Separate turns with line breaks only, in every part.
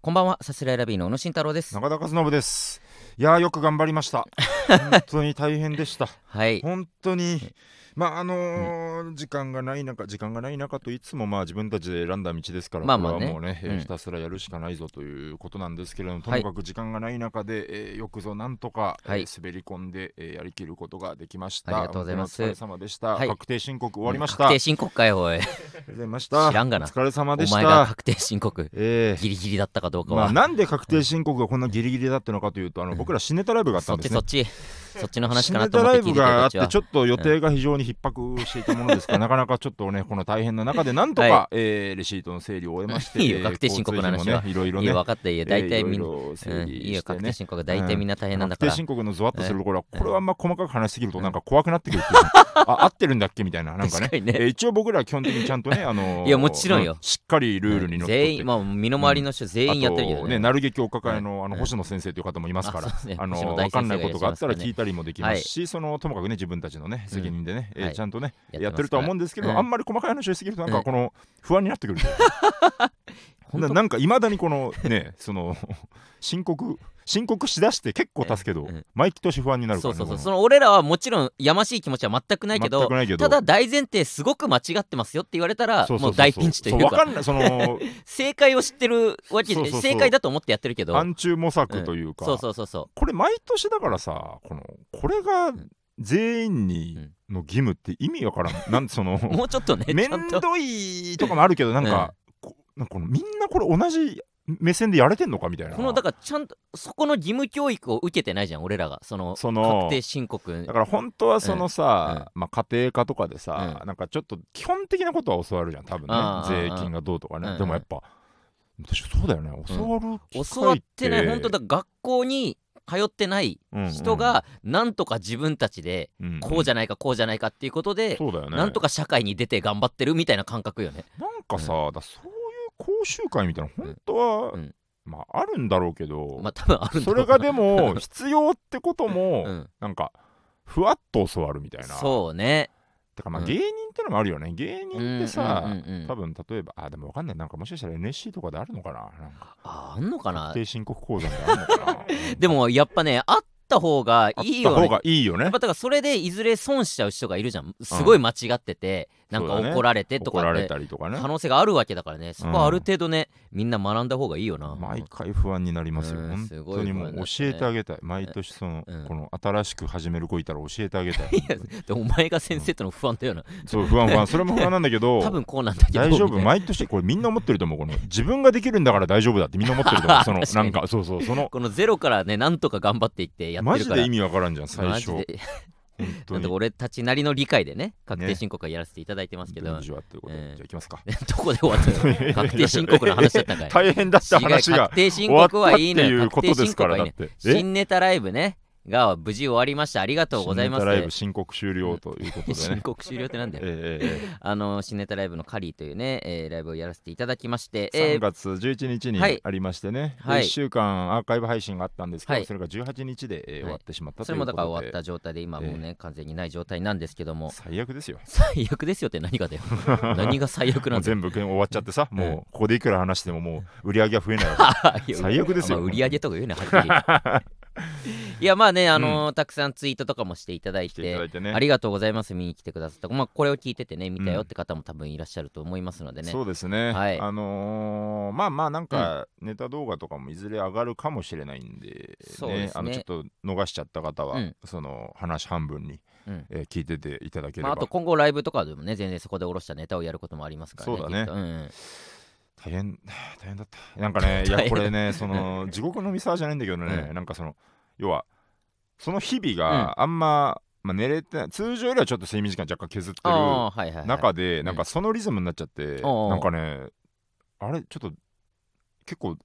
こんばんは、さすらいラビーの小野慎太郎です。
中田和信です。いやーよく頑張りました。本当に大変で した。
はい。
本当に。まああのー時間がない中時間がない中といつもまあ自分たちで選んだ道ですから、
まあまあね
これはもうね、えー
うん
ひたすらやるしかないぞということなんですけれどもと
はい
にかく時間がない中で、えーよくぞなんとか、えー
はい
滑り込んで、えーやりきることができました
ありがとうございます
本当にお疲れ様でした、
はい
確定申告終わりました、
確
あ
定
り
申告かよ、おい。
がとうございました
知らんがな
お疲れ様で
お
し
前が
た
確定申告、
えー
ギリギリだったかどうか
まあ、
は。
なんで確定申告がこんなギリギリだったのかというとあの僕らシネタライブがあった
そ
ん
っ
で
ち
す
そ
ね
っ。ち。そっちの話
シ
か
ネ
なと
タ
思っ
ラ
て聞いて
イブ
たよ
が
こ
あっ
っちは
てちょっと予定が非常に逼迫していたもの ですからなかなかちょっとねこの大変な中でなんとか、
は
えーレシートの整理を終えまして
いいよ
えー
確定申告の話は
交通費もねいろいろ
い
ね
や、分かった。いや、大体みんな、
えーいろいろ整
うんいい
理
よ、
して
確定
ね
申告、大体みんな大変なんだ
確
か
定
ら。
申告のゾワッとするところは
え
これはあんま細かく話しすぎるとなんか怖くなってくるっていうかあ合ってるんだっけみたいななん か
確
ね
かに
えー
ね。
一応僕らは基本的にちゃんとね、あのー
いやもちろんよ
うしっかりルールにのっとって、
全員、まあ、身の回りの人全員やってるけ
あ
ど
と
ね。
ね、なる劇お抱えの,、あ
う
の
ん
星野先生という方もいますから、
あそうですね
あ
星野
の
大
分
先
か
生
ん
が
ないい
らっしゃいますからね
ことがあったら聞いたりもできますし、そのともかくね自分たちのね責任でね、
うん
えー
はい
ちゃんとね、えー
やってます
やってるとは思うんですけど、
うん
あんまり細かい話をしすぎるとなん
う
か
ん
この不安になってくる、
本
な
当
なんかいまだにこの ねその申告申告しだして結構経つけど、
うん
毎年不安になるか
そ
ら、
う
ね、
そうそう。そ
も
の俺らはもちろん、やましい気持ちは全くないけ
全
ど
く、ないけ
た
ど
だ大前提、すごく間違ってますよって言われたら、
そうそうそうそう
もう大ピンチという
そわ
か、
かんないその
正解を知ってるわけ
そう
で、
そうそう
正解だと思ってやってるけ ど、
暗中模索というか、
そうそうそうそう。
これ毎年だからさこのこれが
ん
全員にの義務って意味わからん、なんそ の
もうちょっとね、
め
ちゃん
ん
と。
どいとかもあるけどなんか,、こなんかこのみんなこれ同じ目線でやれてんのかみたいな
このだからちゃんとそこの義務教育を受けてないじゃん俺らがその
その
確定申告
だから本当はそのさ、まあ、家庭科とかでさ、
う
なんかちょっと基本的なことは教わるじゃん多分
ああ
ね税金がどうとかね、
うんうん
でもやっぱ確かそうだよね教わる機会って、
教わってない本当だ学校に通ってない人がなんとか自分たちで
うんうん、
こうじ
ゃ
ゃないかこうじゃないかっていうことで
そうだよね
なんとか社会に出て頑張ってるみたいな感覚よね
なんかさ、だそういう講習会みたいなの本当は、
うんうん
まああるんだろうけど、
まあ多分あるんだ
そ
ろ
れ
うな
が でも必要ってことも、
うん
なんかふわっと教わるみたいな
そうね
てかまあ
うん
芸人ってのもあるよね、芸人ってさ、
うんうんうんうん
多分例えばあでもわかんないなんかもしかしたら NSC とかであるのかななんか
ああんのかな
確定申告講座みたいなのあるのか な
でもやっぱねあった方が
あっ
いい
た
よ
方
ね
がいいよ
や
ね
っぱだからそれでいずれ損しちゃう人がいるじゃんすごい間違ってて、なん
そ
か
うだね
怒られてとか
怒
っ
ら
て
れたりとかね
可能性があるわけだからねそこはある程度ね、みんな学んだ方がいいよな、
毎回不安になりますよ、
うん
本
すごい
当にも
不安
う
になって
教
ね
えてあげたい毎年その、
うん
この新しく始める子いたら教えてあげたい
でお前が先生との不安だよな、
そう不安不安それも不安なんだけど
多分こうなんだけど
大丈
み
夫
たいな
毎年これみんな思ってると思うこの自分ができるんだから大丈夫だってみんな思ってると 思うその
確か
な
に
んかそうそうその
このゼロからねなんとか頑張っていってやっ
マ
てる
ジ
から
で意味わからんじゃん最初
マ
本
ジで
当
なんで
に
俺たちなりの理解でね確定申告はやらせていただいてますけど、
以上ということで、
ええ
じゃあいきますか
どこで終わったの確定申告の話だったかい
大変だった
違う
話が
確定申
終わっ
告
たっ
は
て
いいの
い
よ
うこ
確定
とで
申
すか
告
ら
はいい
だ
の
っ
よ
てえ
新ネタライブねが無事終わりましたありがとうございま
新ネタライブ
す
申告終了という ことで
申
ね
告終了ってなんだよ
えええ
あの新ネタライブのカリーというね、えーライブをやらせていただきまして、
え
え
3月11日
はい
にありましてね、
はい
1週間アーカイブ配信があったんですけど、
はい
それが18日で、えー
はい
終わってしまった
ー
と
そ
い
れ
うこ
もだ
とで、
から終わった状態で今もうね、完全にない状態なんですけども
最悪ですよ
最悪ですよって何が だよ何が最悪
も
な
うん
だよ
全部終わっちゃってさ、
うん
もうここでいくら話してももう売り上げは増えないわ け
いや
最悪ですよ
まあ売り上げとか言うねはっき りいやまあねあのーたくさんツイートとかもしていただい
してていただいてね
ありがとうございます見に来てくださった、まあ、これを聞いててね見たよって方も多分いらっしゃると思います のでね、
そうですね、
はい
あのーまあまあなんかネタ動画とかもいずれ上がるかもしれないんで,、
そうですね
あのちょっと逃しちゃった方は、
うん
その話半分に、
うん
えー聞いてていただければ、
まあ、あと今後ライブとかでもね全然そこで下ろしたネタをやることもありますからね
そうだ
き
ね
っとんうん
大変大変だったなんかね い
大
や
変
これね その地獄のミサーじゃないんだけどね、
う
なんかその要はその日々があんま、まあ、寝れてない通常よりはちょっと睡眠時間若干削ってる
ああはいはい、はい、
中でなんかそのリズムになっちゃって
おうおう
なんかねあれちょっと結構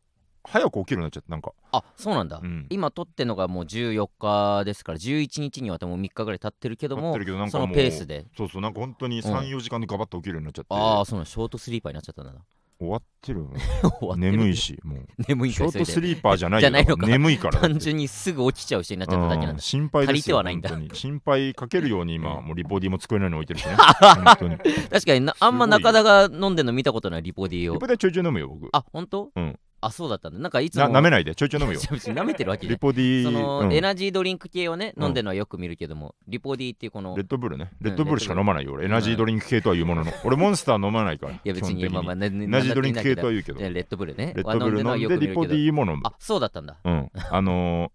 早く起きるようになっちゃってなんか
あそうなんだ、
うん
今撮ってんのがもう14日ですから11日にはもう3日ぐらい経ってるけど
経っ
も
てるけどなんか
そ
もう
のペースで
そうそうなんか本当に
うん
34時間でガバッと起きるようになっちゃって
ああそうなんだショートスリーパーになっちゃったんだな
終わってるよね
終わってる
眠いしもう
眠い
シ
か
ョ
ら
ート
そ
ス
れで
リーパーじゃない
じゃないのか
眠いからだって
単純にすぐ起きちゃう人になっちゃっただけなん
うん
だ
心配ですよ
足りてはないんだ
本当に心配かけるように今もうリボディも机の上に置いて るしね本当にリ
確かになあんます
ごいよ
中田が飲んでるの見たことないリポディ
ボ
を
ディはちょいちょい飲むよ僕
あ本当、
うん
あそうだったんだなんかいつも
な舐めないでちょいちょい飲む よ
舐めてるわけじゃ
リ
ない
ポディ
その、
うん
エ
レ
ナジードリンク系をね
うん
飲んでるのはよく見るけども、リポディっていうこの
ッドブルね
うん
レッドブルしか飲まないよ俺エナジードリンク系とは言うものの俺モンスター飲まないからい
いや別にまあまあね
エナジードリンク系とは言うけど
いや
レ
レッドブルね
ッドブル飲んでリポディも飲む
あそうだったんだ
うんあの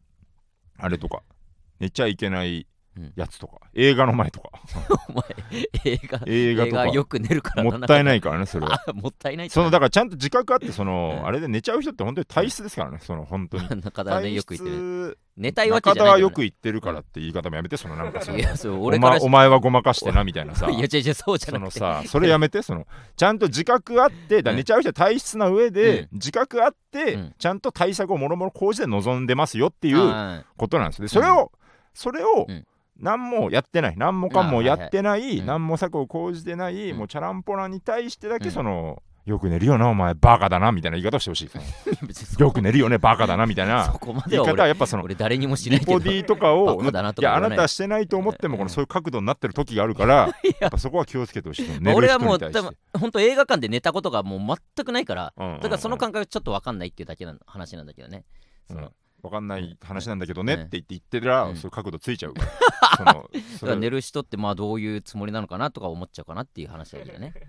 ーあれとか寝ちゃいけない
うん
やつとか映画の前とか
お前映画
映画とか
よく寝るから
もったいないいからねそれは
もったいない
そのだ
か
からちゃんと自覚あってその
うん
あれで寝ちゃう人って本当に体質ですからねその本当に
ら中田はね
体
よく言ってる
質
寝たいわけ
中
じゃ
田
ない
は
けど
よ
ね
く言ってるからって言い方もやめてそのなんかその
いやそう
お
俺か
前
らし
お前はごまかしてなみたいな さ
いや違う違うそうじゃ
そ
な
の
くて
さそれやめてそのちゃんと自覚あってだ
うん
寝ちゃう人は体質な上で、
う
自覚あって、
うん
ちゃんと対策をもろもろ講じて臨んでますよっ
て
ていうことなんですねそれを、それを、
うん
何もやってない何もかもやってない、
うん
何も策を講じてない、
うん
もうチャランポラに対してだけ、
うん
そのよく寝るよなお前バカだなみたいな言い方をしてほしいその よく
ね
寝るよねバカだなみたい
そ
な
こまで
言い
は
方は
俺
やっぱその
俺誰にもしない
リ
けど
ポディとかを
バカだなと
い
か
やあ
言わ
な
ない
たはしてないと思ってもこ
うん
のそういう角度になってる時があるから
い
や
や
っぱそこは気をつけてほしいと思う
まあ
寝る
俺は
人
もう
に対して
多分本当映画館で寝たことがもう全くないから
うんうんうん
だからその感覚ちょっとわかんないっていうだけなの話なんだけどねその
うんわかんない話なんだけどねっ
うん
て言って言ってたら、
うん
そういう角度つい ちゃうから、そ
だ
の
から
それ
寝る人ってまあどういうつもりなのかなとか思っちゃうかなっていう話だけどね。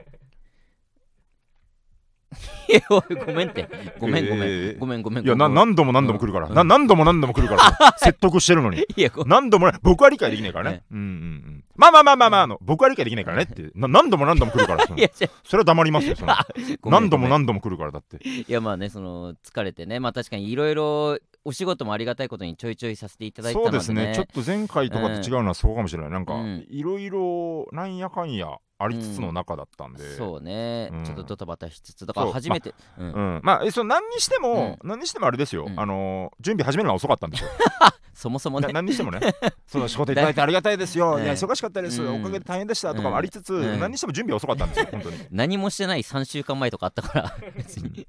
いやおいごめんってごめんごめん、
えー
ごめんごめん
いやな
ごめん
何度も何度も来るから、
うん
な何度も何度も来るから 説得してる のに
いやご
何度もね僕は理解できないからね
ね
うんうんうんまあまあまあまあまああの僕は理解できないから ねってな何度も何度も来るからその
いやじゃ
それは黙りますよその
あ ごめん
何度も
ごめん
何度も来るからだって
いやまあねその疲れてねまあ確かにいろいろお仕事もありがたいことにちょいちょいさせていただいてた
そ
の
う
で、
で
ね、
すねちょっと前回とかと違うのはそうかもしれない、なんか
うん
いろいろなんやかんやありつつの中だったんで、
そうね、
うん
ちょっとドタバタしつつだから
そう
初めてう、ん、
うん、まあえその何にしても、何にしてもあれですよ、
うん
あのー準備始めるのは遅かったんですよ、
そもそも
な
ね
何にしてもねその仕事いただいてありがたいですよ、
ね
いや忙しかったです、
うん
おかげで大変でしたとかもありつつ、
うん
何にしても準備は遅かったんですよ本当に
何もしてない3週間前とかあったから 別に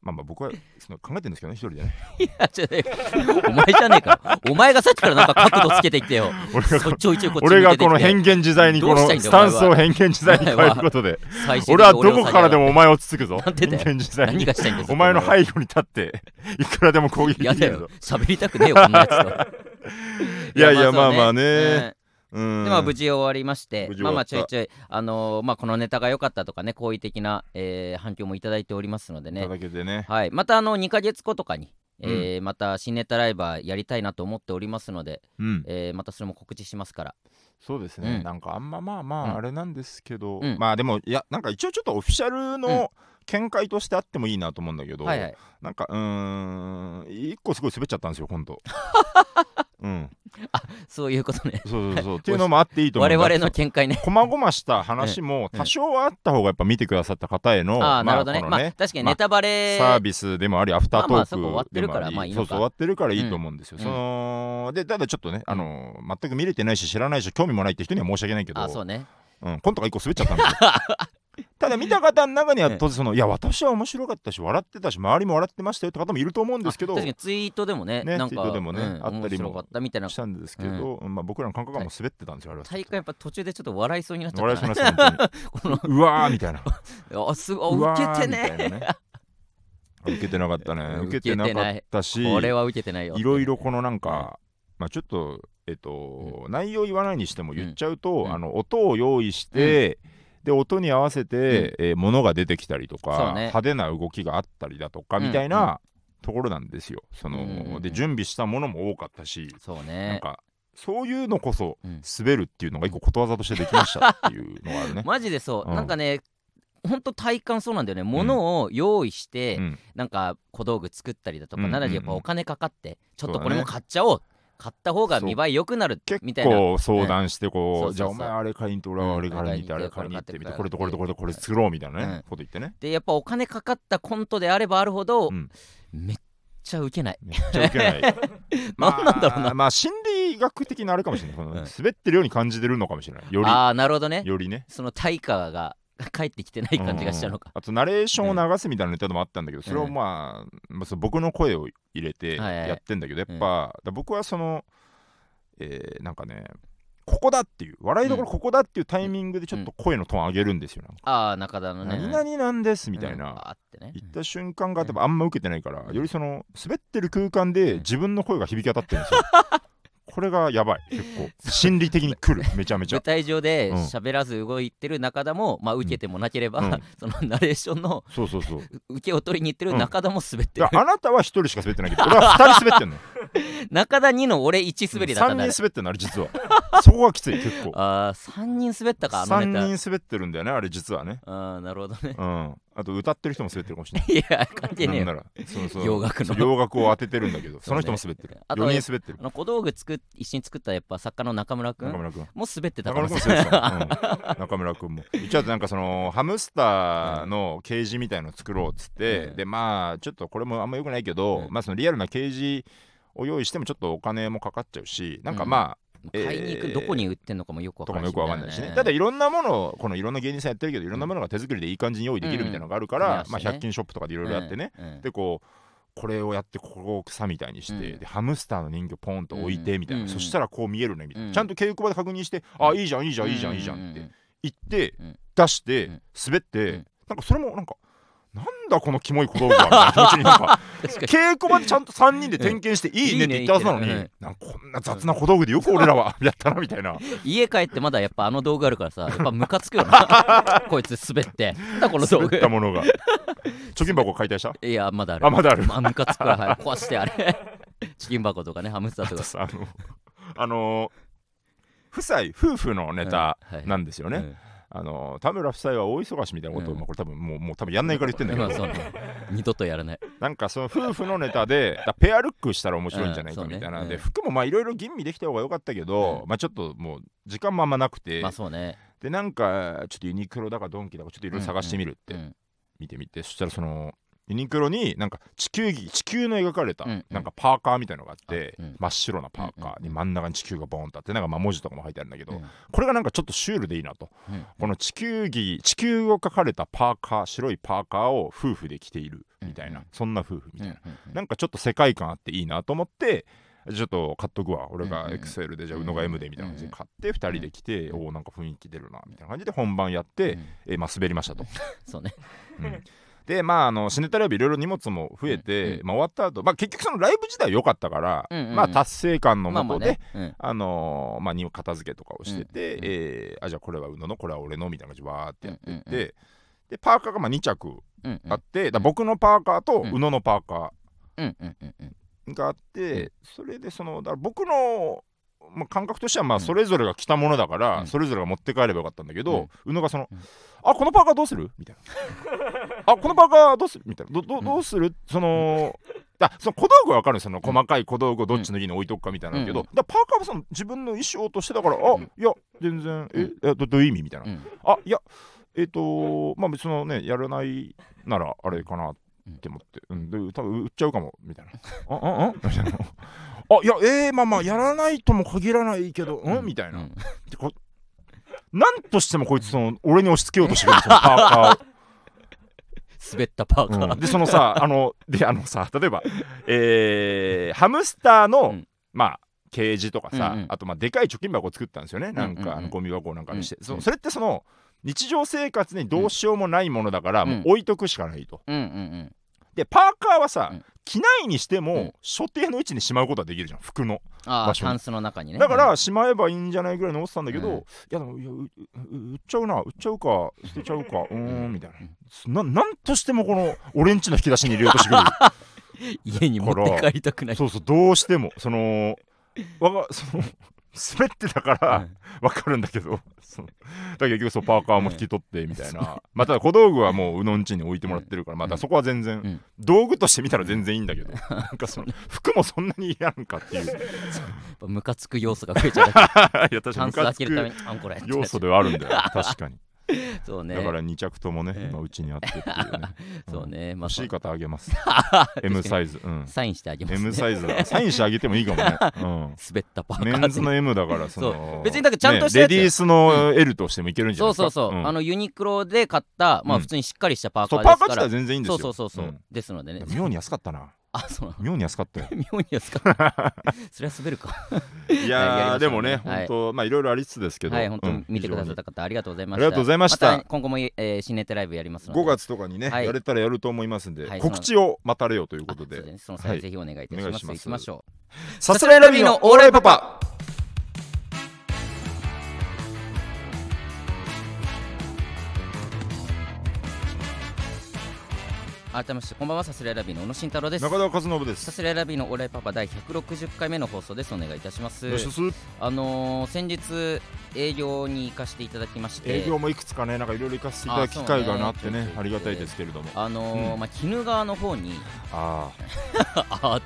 まあまあ僕はその考えてるんですけどね一人でね
いやちょっとお前じゃねえかお前がさっきからなんか角度つけてきてよ
俺が
そ
こ
ちょいちょいこっち
俺がこの
変
変幻自在に
ど
こ
うし
の
たいんだ
ス
よお前
タ
は
ンスを変幻自在に変えるこ とで俺はどこからでもお前をつつくぞ
なんで
変
だよ
幻自在
何
に
がしたいんだよ
お前の
そこ
背後に立 っていくらでも攻撃で
や
き
だ
る
よ
ぞ
喋りたくねえよこんなやつ と
いやいやまあ
そう
まあね、
う
うんん
でまあ無事終わりまして
無事終
まあ
わった
まあちょいちょいあのーまあこのネタが良かったとかね好意的なえー反響もいただいておりますので
いた
ね
だけてね
はいまたあの2ヶ月後とかにえーまた新ネタライバーやりたいなと思っておりますので
うん
えーまたそれも告知しますから
そうです
う
ね、
ん
なんかあんままあま
うん
ああれなんですけど、
うん
まあでもいやなんか一応ちょっとオフィシャルの見解としてあってもいいなと思うんだけど、
はいはい
なんかうーん一個すごい滑っちゃったんですよ今 度うん
そういうことね
そうそうそうっていうのもあっていいと思う
我々の
だって
見解ね
その細々した話も
うん
多少はあった方がやっぱ見てくださった方への、
ああー
ま
なるほどね
こ
ま
の
あ確かにネタバレ
サービスでもありアフタート
まあまあ
ー
そこ終わっ
ク
て
で
る
も
から
あり
まあいいの
そう
か
そう終わってるからいいと
うん
思うんですよ、
うん
そのでただちょっとねあのー全く見れてないし知らないし興味もないって人には申し訳ないけど
あそうね
うん、コントが一個滑っちゃった んですよただ見た方の中には
ええ
当然その、いや私は面白かったし笑ってたし周りも笑ってましたよって方もいると思うんですけど
あ確かにツイートでもね
ね
なんか
ツイートでもね
うん、
あったりも
面白かったみたいな
したんですけど、うんまあ、僕らの感覚はもう滑ってたんですよあれは
大会やっぱ途中でちょっと笑いそうになっちゃ
笑い
っ
しま
た
した本
この
当にうわーみたいな
あす
う
ご
わ
い
ー
受けて
みた
ね
いなね受けてなかったね
受
受
けて
けて
ない
なかったし
これは受けてないよ
いろいろこのなんか、まあ、ちょっと、えっと内容言わないにしても言っちゃうと、
うん
あの音を用意して、で音に合わせて、えー物が出てきたりと
そ
か、
うね
派手な動きがあったりだとか、
うん
みたいなところなんですよ。その
うんうんうん
で準備したものも多かったし、
そう
なん
ね
かそういうのこそ
うん
滑るっていうのが一個ことわざとしてできましたっていうのがあ るね。
マジでそう、
うん
なんかねほんと体感そうなんだよね物を用意して、
うん
なんか小道具作ったりだとか、
うんうんうん
ならやっぱお金かかってちょっ
そ
と
うだ
こ
ね
れも買っちゃおう買った方が見栄え良くなる
結
みたいな
構相談してこう、
ね
じゃあ
そ
お
うそうそう
前あれ買いに行って俺はあれ買いに行っ
うん
て、あれ買いに行ってみたいなこ
これ買
れと
って
これとこれとこれ作ろうみたいなね、
うん
こと言ってね
でやっぱお金かかったコントであればあるほど、
うん
めっちゃウケない
めっちゃウケない
何なんだろうな
まあ心理学的なあれかもしれない。この
うん
滑ってるように感じてるのかもしれない。より、
ああなるほどね
よりね。
その対価が 返ってきてない感じがしたのか
うん、あとナレーションを流すみたいなネタでもあったんだけど、それをまあ、まあその僕の声を入れて
はいはい
やってんだけど、やっぱ、だから僕はその、えーなんかね、ここだっていう笑いどころここだっていうタイミングでちょっと声のトーン上げるんですよ、なんか
ああ中田のね
何々なんですみたい
うん
な
あーってね
言った瞬間がやっぱあんま受けてないからよりその滑ってる空間で自分の声が響き当たって るんですよこれがやばい結構心理的に来るめちゃめ ちゃ
舞台上で
うん
喋らず動いてる中田も、まあ、受けてもなければ、
うん
そのナレーションの
そうそうそうい
受けを取りに行ってる中田も滑ってる
や、あなたは一人しか滑ってないけど俺は二人滑ってんの
中田2の俺1滑りだったんだ、
3
ね
人滑ってんのあれ実はそこがきつい結構
あー3人滑ったかあのネタ
3人滑ってるんだよねあれ実はね
あーなるほどね
うんあと歌ってる人も滑ってるかもしれない
いや関係ねえ
な
よ
んならそうそう
洋楽の
そう洋楽を当ててるんだけどその人も滑ってる
あと
4人滑ってる
あの小道具作っ一緒に作ったやっぱ作家の中村君も
中村君
滑ってたか
中
ら
村君も滑ってた、うん、中村君も一応なんかそのハムスターのケージみたいの作ろうっつって、
うん
でまあちょっとこれもあんまよくないけど、
うん
まあそのリアルなケージを用意してもちょっとお金もかかっちゃうしなんか
うん
まあ、
買いに行く、
えー
どこに売ってんのかもよくわ
と
か
からも
ない
よくわかんないしね
ね
ただいろんなものをこのいろんな芸人さんやってるけどいろんなものが手作りでいい感じに用意できるみたいなのがあるから、
うん
まあ、100均ショップとかでいろいろやってね、、
うんうん
でこうこれをやってここを草みたいにして、
うん
でハムスターの人形ポンと置いてみたいな、
うん
そしたらこう見えるねみたいな、
うん
ちゃんと稽古場で確認して、
うん
あいいじゃんいいじゃんいいじゃんいいじゃんって行って、
うん
出して、
うん
滑って、
うん
なんかそれもなんかなんだこのキモい小道具はみた いな気持ちになんか
確かに
稽古場でちゃんと3人で点検していいねって言ったはずなのに
いいねいいね
なんかこんな雑な小道具でよく俺らはやったなみたい な
家帰ってまだやっぱあの道具あるからさやっぱムカつく よなこいつ滑ってなんだこの道
滑っ
具
たものが貯金箱解 体した
いやまだある
あまだある
まあムカつくから早く壊してあれ チキン箱とかねハムスターとか
あのあの夫妻夫婦のネタ
うんはい
なんですよね、
うん
あの田村夫妻は大忙しみたいなことを、
うん
まあこれ多分もうもう多分やんないから言ってんだけ
今
ど、
そう ね二度とやらない
なんかその夫婦のネタでだペアルックしたら面白いんじゃないか
うんそうね
みたいな、
うん
で服もまあいろいろ吟味できた方が良かったけど、
うん
まあちょっともう時間もあんまなくて、
まあそうね
でなんかちょっとユニクロだかドンキだかちょっといろいろ探してみるって
うん
見てみて、そしたらそのユニクロになんか地球儀地球の描かれた
うんうん
なんかパーカーみたいのがあって、
あうん
真っ白なパーカーに真ん中に地球がボーンとあってなんかまあ文字とかも書いてあるんだけど、
うん
これがなんかちょっとシュールでいいなと、
うん
この地球儀地球を描かれたパーカー白いパーカーを夫婦で着ているみたいな、
うん
そんな夫婦
う
みた
ん
いな、
うん
なんかちょっと世界観あっていいなと思ってちょっと買っとくわ俺
う
が
んうん
XL でじゃあ
うん
宇野が M でみたいな感じで買って2人で来て、
うん
おおなんか雰囲気出るなみたいな感じで本番やって、
うん
えーまあ、滑りましたと。
そうね
うんでまああのシネタライブいろいろ荷物も増えて、
うん
まあ、終わった後、まあ結局そのライブ自体良かったから、
うんうんうん
まあ達成感の
まあ
も
まあ
とで、
ねうん
あのーまあ、に片付けとかをしてて、
うんうん
えーあじゃあこれは宇野のこれは俺のみたいな感じでわーってやってって、
うんうんう
でパーカーがまあ2着
うん
あって、だから僕のパーカーと
うん
宇野のパーカ
うんうんうんうん
ーがあって、
うん
それでそのだから僕の、まあ、感覚としてはま
うん
あそれぞれが着たものだから、
うん
それぞれが持って帰ればよかったんだけど、宇野がその「
うん
あこのパーカーどうする?」みたいな「あこのパーカーどうする?」みたいな「どど
うん
どうする?」その。あその小道具は分かるんですよその細かい小道具をどっちの家に置いとくかみたいなんだけど、
うん
だからパーカーはその自分の衣装としてだから「あ、
うん
いや全然ええどどういう意味?」みたいな
うん
あいやえっ、とまあ別のねやらないならあれかなって思って、うん、で多分売っちゃうかも みたいな「あああみたいなあいやえー、まあまあやらないとも限らないけどうん」みたいな、
うん
でこなんとしてもこいつその俺に押し付けようとしてくるんですよパーカーを。
滑ったパーカ
うん
ー
でそのさあのであのさ例えば、えーハムスターの、
うん
まあケージとかさ、
うんうん
あとまあでかい貯金箱を作ったんですよねなん
うんうんう
か
ん
あのゴミ箱なんかにして、
うん
そそれってその日常生活にどうしようもないものだから、
うん
もう置いとくしかないと。
うんうん
でパーカーはさ、
うん
着ないにしても、
うん
所定の位置にしまうことはできるじゃん服の
ああ
場所に
タンスの中にね
だからしまえばいいんじゃないぐらいに思ってたんだけど、
うん
いやでもいやううう売っちゃうな売っちゃうか捨てちゃうかうーんみたい
うん
なななんとしてもこの俺んちの引き出しに入れようとしてくる
家に持って帰りたくない
そうそうどうしてもそのわがその滑ってたから
うん
わかるんだけどそのだから結局そうパーカーも引き取ってみたい
うん
なまあただ小道具はもううのんちに置いてもらってるからまあ
うん
だからそこは全然、
うん
道具として見たら全然いいんだけど、なんかその服もそんなにいらんかって いうい
やっぱムカつく要素が増えちゃう だ
や
け
確
タ
か
ン
に
ス開
か
けるためにあんこれ
要素ではあるんだよ確 かに、
そうね
だから2着ともね
ええ
今うちにあって っていうね
そうねまあ
欲しい方あげ ます M
確か
サイズ うん
にサインしてあげます
M
ね
サイズだサインしてあげてもいいかも ね、うん
滑ったパーカ
メ
ー
ンズの M だからその
別になんかちゃんとした
ね
やつ
レディースの L としてもいけるんじゃな
そ
いうです
そ
か
うそう、
ん
あのユニクロで買ったま
う
あ
ん
普通にしっかりしたパーカ
そ
ー
う
です
パーカ
か
ー自
ら、
体全然いいんで
そう
すよ
そうそうそう、
ん
ですのでね
でも妙に安かったな
あそうな の
妙に安かったよ
妙に安かったそれは滑るか
い
やりま
や
したね
ーでもね
はい
本当まあいろいろありつつですけど
はい本当に見てくださ
い
った方ありがとうございま
あ
し
り
た
がとうございました
また今後も、えー、新ネタライブやりますので
5月とかにね
はい
やれたらやると思いますん
は
で
い
告知を待たれよという
あ
こと
そうだ
で
ねその際、
はい
ぜひお願いいたし
お願
ま
い
す
します
行きましょう
さすらいラビーのオーライパパ
改めましてこんばんはさすらいラビーの小野慎太郎です
中田和信で
さ
す
すらいラビーのオレパパ第160回目の放送ですお願いいたします
よしよし
あのー、先日営業に行かせていただきまして
営業もいくつかねなんかいろいろ行かせていただく機会があって
あそう
ね
ね
ありがたいですけれども
あのー
うん
まあ鬼怒川の方に
あ
あ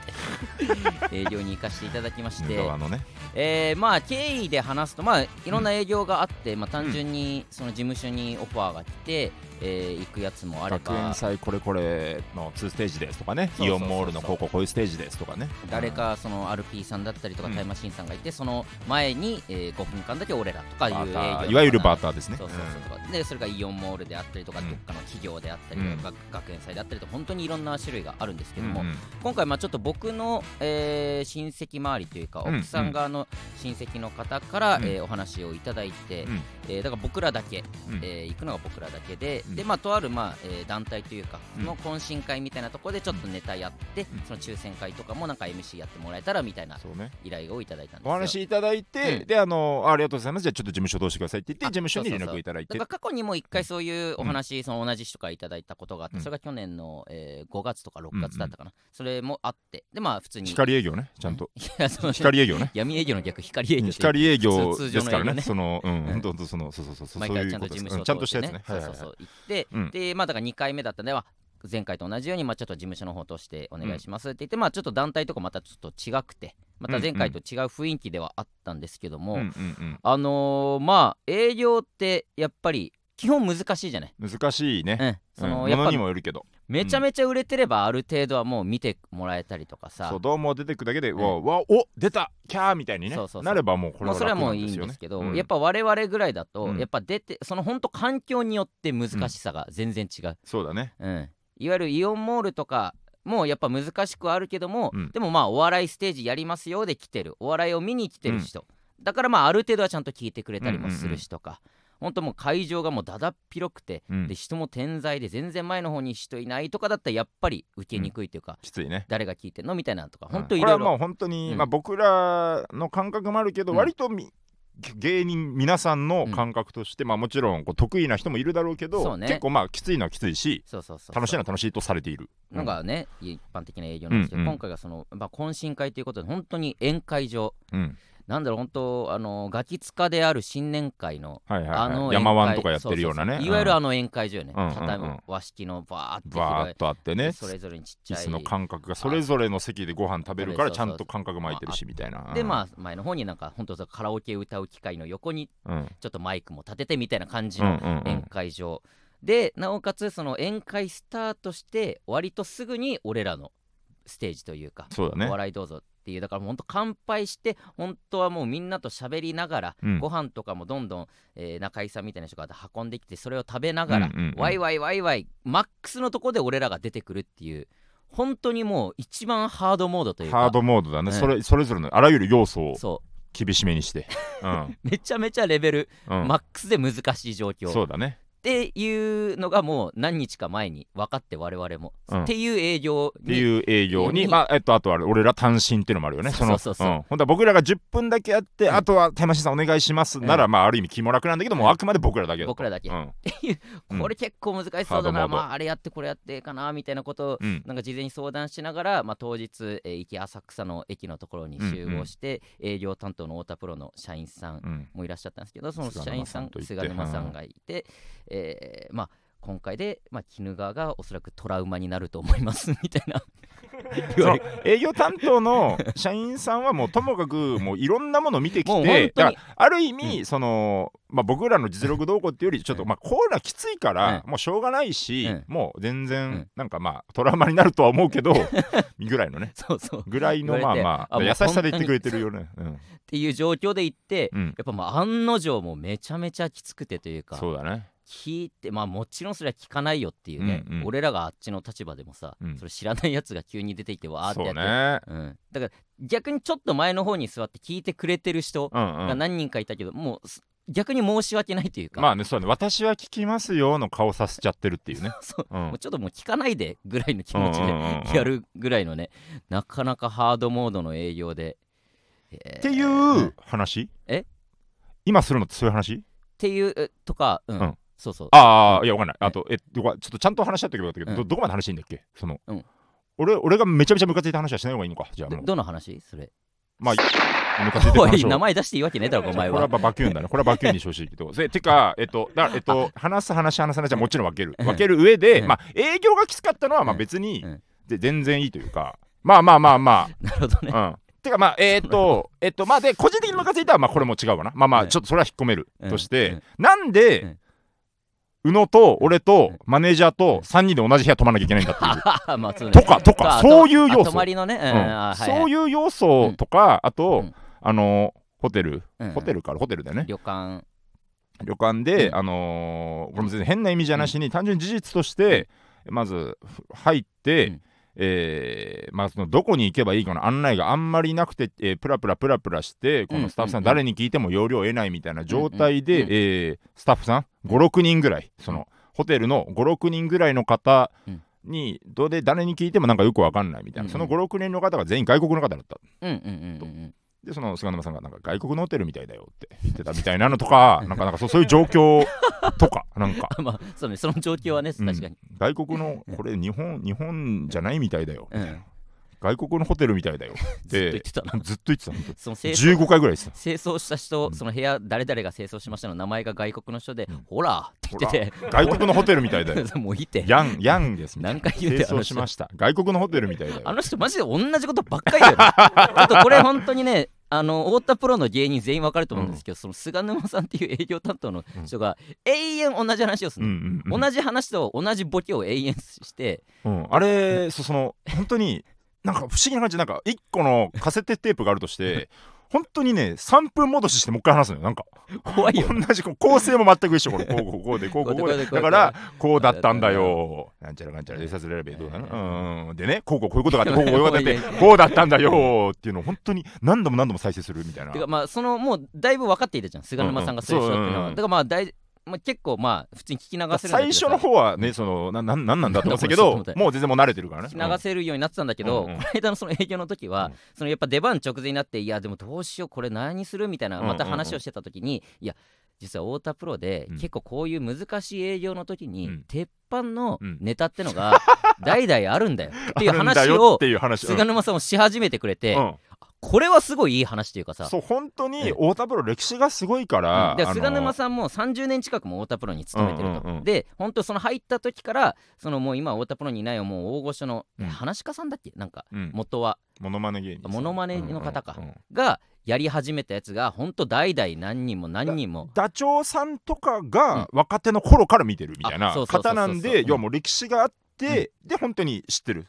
ーって 営業に行かせていただきま
あ
し
犬
て
川のね
えーまあ経緯で話すとまあいろんな営業があって、まあ単純にその事務所にオファーが来て、えー行くやつもあれ
学園
ば
祭これこれの2ステージですとかね
そう
イ
そうそうそう
オンモールのこここういうステージですとかね
誰かその RP さんだったりとか
うん
タイマシンさんがいて、その前に、えー5分間だけ俺らとか
バ
いう営業
ー
と
タ
か
ーいわゆるバーターですね
そうそうそうとかでそれがイオンモールであったりとか、
うん
どっかの企業であったりとか、学園祭であったりとか本当にいろんな種類があるんですけ
う
ど
ん
も、
うん
今回まあちょっと僕の、えー親戚周りというか
うん
奥さん側の親戚の方から、
うん
えーお話をいただいて、
うん
えーだから僕らだけ、
うん
えー行くのが僕らだけで、
うん
でまあとある、まあえー団体というか
うん
その懇親会みたいなところでちょっとネタやって、
うん
その抽選会とかもなんか MC やってもらえたらみたいな
そうね
依頼をいただいたんです
お
よ
話いただいて、
うん
であのありがとうございますじゃあちょっと事務所通してくださいって言って
あ
事務所に
そう
連
そうそう
絡いただい
だ
て
から過去にも一回そういうお話、その同じ人からいただいたことがあって、
うん
それが去年の、えー5月とか6月だったかな、それもあってでまあ普通に
光営業ねちゃんと
いやその
光営業ね
闇営業の逆光営業っていう
光営業
通
で
常の
すから
営業
ね
ね
そのうん
ん
本当本当そのそうそうそうそう
毎
そう
回
い
ちゃ
う
と
んこ
事
とです
務所
うん
を
ちゃん
通
とし
したて
やつ
ね
ね
そ
はいうはい
そうそ
はい
う行ってでまあだから2回目だったんでは前回と同じようにまあちょっと事務所の方としてお願いしますって言ってまあちょっと団体とかまたちょっと違くてまた前回と違う雰囲気ではあったんですけど
う
も
んうん
あのーまあ営業ってやっぱり基本難しいじゃない
うん難しいね
うんそ
うん
のや
も
っ
の
ぱ
にもよるけど
めちゃめちゃ売れてればある程度はもう見てもらえたりとか
そ
さ
うどうも出てくだけで、
ん
わわお出たキャーみたいにね
そうそうそう
なればもうこれ
まあ
は
それは
楽
も
な
うんい
で
い
す
ん
よ
で
ね
すけど、
うん
やっぱ我々ぐらいだと、
うん
やっぱ出てその本当環境によって難しさが全然違う
そうだね
うん、いわゆるイオンモールとかもやっぱ難しくはあるけども、
うん
でもまあお笑いステージやりますよで来てるお笑いを見に来てる人、だからまあある程度はちゃんと聞いてくれたりもするしとか、本当もう会場がもうだだっ広くて、
うん
で人も点在で全然前の方に人いないとかだったらやっぱり受けにくいというか、
きついね
誰が聞いてんのみたいなのとか
う
本
ん
当い
これ
ろい
はも
ろ
う本当に、
うん
まあ僕らの感覚もあるけど、
うん
割とみ芸人皆さんの感覚として、まあもちろんこう得意な人もいるだろうけ
そ
ど
うね
結構まあきついのはきついし
そうそうそう
楽しいのは楽しいとされている
のがね一般的な営業なんですけど、
うんうん
今回がその、まあ、懇親会ということで本当に宴会場
うん、
なんだろう本当あのガキ使である新年会の
はいはい、
あの
はい、山ワンとかやってるようなね
そそそいわゆるあ
の、
の宴会所よね、
うんうんうん
畳和式のバーって
バーっとあってね
それぞれにちっち
椅
ゃい
子の感覚がそれぞれの席でご飯食べるからちゃんと感覚巻いてるしみたいな
でまあ前の方になんか本当さカラオケ歌う機会の横に
あ、うん
ちょっとマイクも立ててみたいな感じ
うんうん
の
うん
宴会場、でなおかつその宴会スタートして割とすぐに俺らのステージというか
そうだね
お笑いどうぞっていうだからもう本当乾杯して本当はもうみんなと喋りながら、
うん
ご飯とかもどんどん、えー中居さんみたいな人が運んできてそれを食べながら、
うんうんうん
ワイワイワイワイマックスのとこで俺らが出てくるっていう本当にもう一番ハードモードというか
ハードモードだね、
うん
それそれぞれのあらゆる要素を
そ
厳しめにして、 うん
うめちゃめちゃレベル、
うん
マックスで難しい状況
そうだね
っていうのがもう何日か前に分かって我々も、
うん
っていう営業
って
に
いう営業に、
に
まあ、えっと、あとは俺ら単身っていうのもあるよね。
そう
の
そうそうそうん
本当は僕らが10分だけやって、
うん
あとは山師さんお願いしますなら、
う
まあ、ある意味気も楽なんだけども、
うん
あくまで僕らだけだと。
僕らだけ、
うん。うん
これ結構難しそうだ
ハ
な、
ードモード
まああれやってこれやってかなみたいなことを
うん。
なんか事前に相談しながら、まあ、当日、えー行き浅草の駅のところに集合して、営業担当の太田プロの社員さん
うん。
もいらっしゃったんですけど、その
菅沼
社員さ
さん
ん
といて
菅沼さんがいて、えーまあ、今回で、まあ、鬼怒川がおそらくトラウマになると思います みたいな言
そ
わ
の
れ
営業担当の社員さんはもうともかくもういろんなものを見て
も
き
う本当に
てだからある意味、その、まあ、僕らの実力どうこうっていうよりちょっと、
うん
まあ、コーラきついから、
う
もうしょうがないし、
うん
もう全
う
然、
ん
なんかまあトラウマになるとは思う けどぐらいのね
そうそうっ
ぐらいのまあ
言われてあ
まあ
もう
優しさで言ってくれてるよね。うん
ていう状況で行って、
うん
やっぱまあ案の定もうめちゃめちゃきつくてというか
そうだね。
聞いてまあもちろんそれは聞かないよっていうね、
うんうん
俺らがあっちの立場でもさ、
うん
それ知らないやつが急に出てきてわーって
そ
や
う
って
ね
うん、だから逆にちょっと前の方に座って聞いてくれてる人
うんう
が
ん
何人かいたけど、もうす逆に申し訳ないというか、
まあねそうね私は聞きますよの顔させちゃってるっていうね
そう
うん
もうちょっともう聞かないでぐらいの気持ち
うんう
で
んうんうん
やるぐらいのねなかなかハードモードの営業で、えー
ってい
ん
う話
え
今するのってそういう話
っていうえとか、うん
うん
そうそう
ああいやわかんない
え
あとえごめんちょっとちゃんと話し合っておけばよかったけど、
うん
どどこまで話していいんだっけその、
うん
俺俺がめちゃめちゃムカついた話はしない方がいいのかじゃあ
ど
もう
どの話それ
まあムカついてる
お
話
い
を
名前出していいわけねえだろお前
これ
は
はバキューンだね。これはバキューンにしてほしいけど。せ てか、えっと、だからえっと、話す話、話さないじゃもちろん分ける。
うん
分ける上で、
うん
まあ、営業がきつかったのは、ま
う
あ
ん
別に
うん、
で全然いいというか、まあまあまあま
なるほどね
あ、うん。てか、まあ、えーっと、えっと、まあ、で、個人的にムカついたは、まあ、これも違うわな。まあま
う
あ、
ん
ちょっとそれは引っ込める
うん
とし
う
て
ん、
なん
う
で
ん、
宇野と俺
う
と
ん
マネージャーと3人で同じ部屋泊まらなきゃいけないんだっていう。
まあそうね
とか、とか、
あ
そうい
あ
う要
泊
素
ま。りのね、うんあはいはい
そういう要素とか、あ
う
と
ん、
あの、ホテル、
うん
ホテルからホテルだよね。
旅館
旅館で、
うん
あのーこれも全然変な意味じゃなしに、単純に事実として、まずふ入って、
うん
えーまあ、そのどこに行けばいいかの案内があんまりなくて、えー、プラプラプラプラしてこ
うん
のスタッフさ
う
ん、
ん
誰に聞いても要領を得ないみたいな状態で、
うんうん
えースタッフさん56人ぐらいそのホテルの56人ぐらいの方
うん
にどれ誰に聞いてもなんかよくわかんないみたい
う
な、
ん
その56人の方が全員外国の方だった
うんうんうんうんうん
でその菅沼さんがなんか外国のホテルみたいだよって言ってたみたいなのとか なんかなんかそうそういう状況とか なんか
まあそうねその状況はね確かに、
外国のこれ日本日本じゃないみたいだよ
うん
外国のホテルみたいだよっ
ずっと言っててたな
ずっと言ってた本当
その清掃
15回ぐらい言ってた
清掃した人、
うん
その部屋誰々が清掃しましたの名前が外国の人で、
うん
ほらって言って
外国のホテルみたいだよ
て もういいって
ヤンヤンですみたいな
何回言うてん
清掃しました外国のホテルみたいだ
あ
よ
の人マジで同じことばっかりだよ なあとこれ本当にねあの太田プロの芸人全員わかると思うんですけど、その菅沼さんっていう営業担当の人が永遠同じ話をす
うん
る、
うんうん
同じ話と同じボケを永遠 して
うんあれそその本当になんか不思議な感じなんか1個のカセットテープがあるとして本当にね3分戻ししてもう一回話すのよなんか
怖いよ
同じこう構成も全く一緒これこうこうこうでこうこうこうでだからこうだったんだよなんちゃらなんちゃらでさずれればどうなのうんうんでねこうこうこういうことがあってこうこうこういうこ とがあってこうだったんだよっていうのを本当に何度も何度も再生するみたいな
てかまあそのもうだいぶ分かっていたじゃん菅沼さんがそういう人っていうのは、
うんうんそううんうん
だからまあだい、まあ、結構まあ普通に聞き流せるんだけどさ
最初の方はねそのななんなんなんだと思ってたけ どもう全然もう慣れてるからね
聞き流せるようになってたんだけど、
うんうん
この間のその営業の時は、
うん
そのやっぱ出番直前になっていやでもどうしようこれ何するみたいな
うんうんうん
また話をしてた時に、いや実は太田プロで、
うん
結構こういう難しい営業の時に、
うん
鉄板の
うん
ネタっての が代々あるんだよっていう
あるんだ
話
よ
を
っていう話
菅沼さんもし始めてくれて、
うんうん
これはすごいいい話というかさ
そう本当に
うん
太田プロ歴史がすごいか
う
ら
ん、で
あの
菅沼さんも30年近くも太田プロに勤めてると、
うんうんうん
で本当その入った時からそのもう今太田プロにいないよもう大御所の、
うん
話し家さんだっけなんか
うん
元は
モノマネ芸人
モノマネの方か
うんうんうん
がやり始めたやつが本当代々何人も何人も
ダチョウさんとかが若手の頃から見てるみたい
あ
な
そうそうそうそう
方なん
う
で
ん
要はもう歴史があって、で本当に知ってる、
うん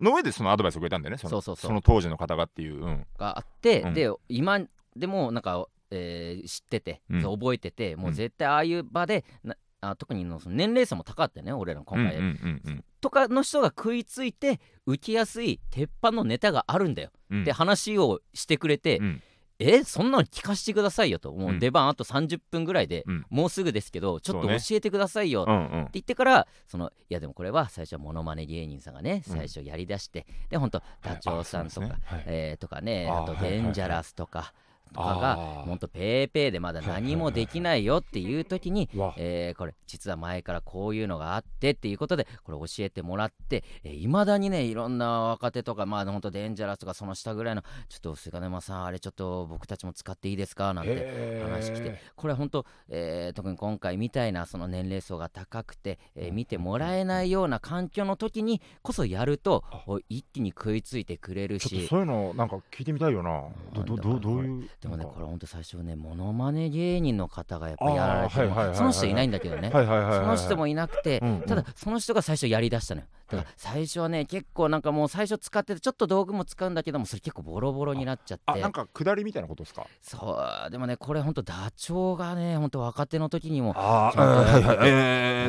の上でそのアドバイスをくれたんだよねその
そうそうそう
の当時の方がっていう、うん
があって、
うん
で今でもなんか、えー知ってて、
うん
覚えててもううん絶対ああいう場でなあ特にのその年齢差も高かったよね俺らの今回、
うんうんうん
とかの人が食いついて浮きやすい鉄板のネタがあるんだよ
うん
って話をしてくれて、
うん
えそんなの聞かせてくださいよともううん出番あと30分ぐらいで、
うん
もうすぐですけどちょっと
そうね
教えてくださいよ
うんうん
って言ってからそのいやでもこれは最初はモノマネ芸人さんがね
うん
最初やりだして、で本当ダチョウさんとか、
あそうですねはい
えーとかね
あー
あと
はいはいは
デ
い
ンジャラスとか、とかが
あー
本当ペーペーでまだ何もできないよっていう時に
うわ
えーこれ実は前からこういうのがあってっていうことでこれ教えてもらっていま、未だにねいろんな若手とかまあほんとデンジャラスとかその下ぐらいのちょっと菅沼さんあれちょっと僕たちも使っていいですかなんて
へー
話来てこれ本当、えー特に今回みたいなその年齢層が高くて、えー見てもらえないような環境の時にこそやると
あ
お一気に食いついてくれる
ちょっと
し
そういうのなんか聞いてみたいよなどどどどういう
でも
な
ね
んか
これほんと最初ねモノマネ芸人の方がやっぱ
あー
やられて
はいはいはいは
る
い
その人いないんだけどね
はいはい
そ
はいはいは
の
い
人もいなくて
うんうん
ただその人が最初やりだしたのよだから最初はね結構なんかもう最初使っててちょっと道具も使うんだけどもそれ結構ボロボロになっちゃっ
あ
て
なんか下りみたいなことですか
そうでもねこれほんとダチョウがねほんと若手の時にも
あ
ーはいはいはい
え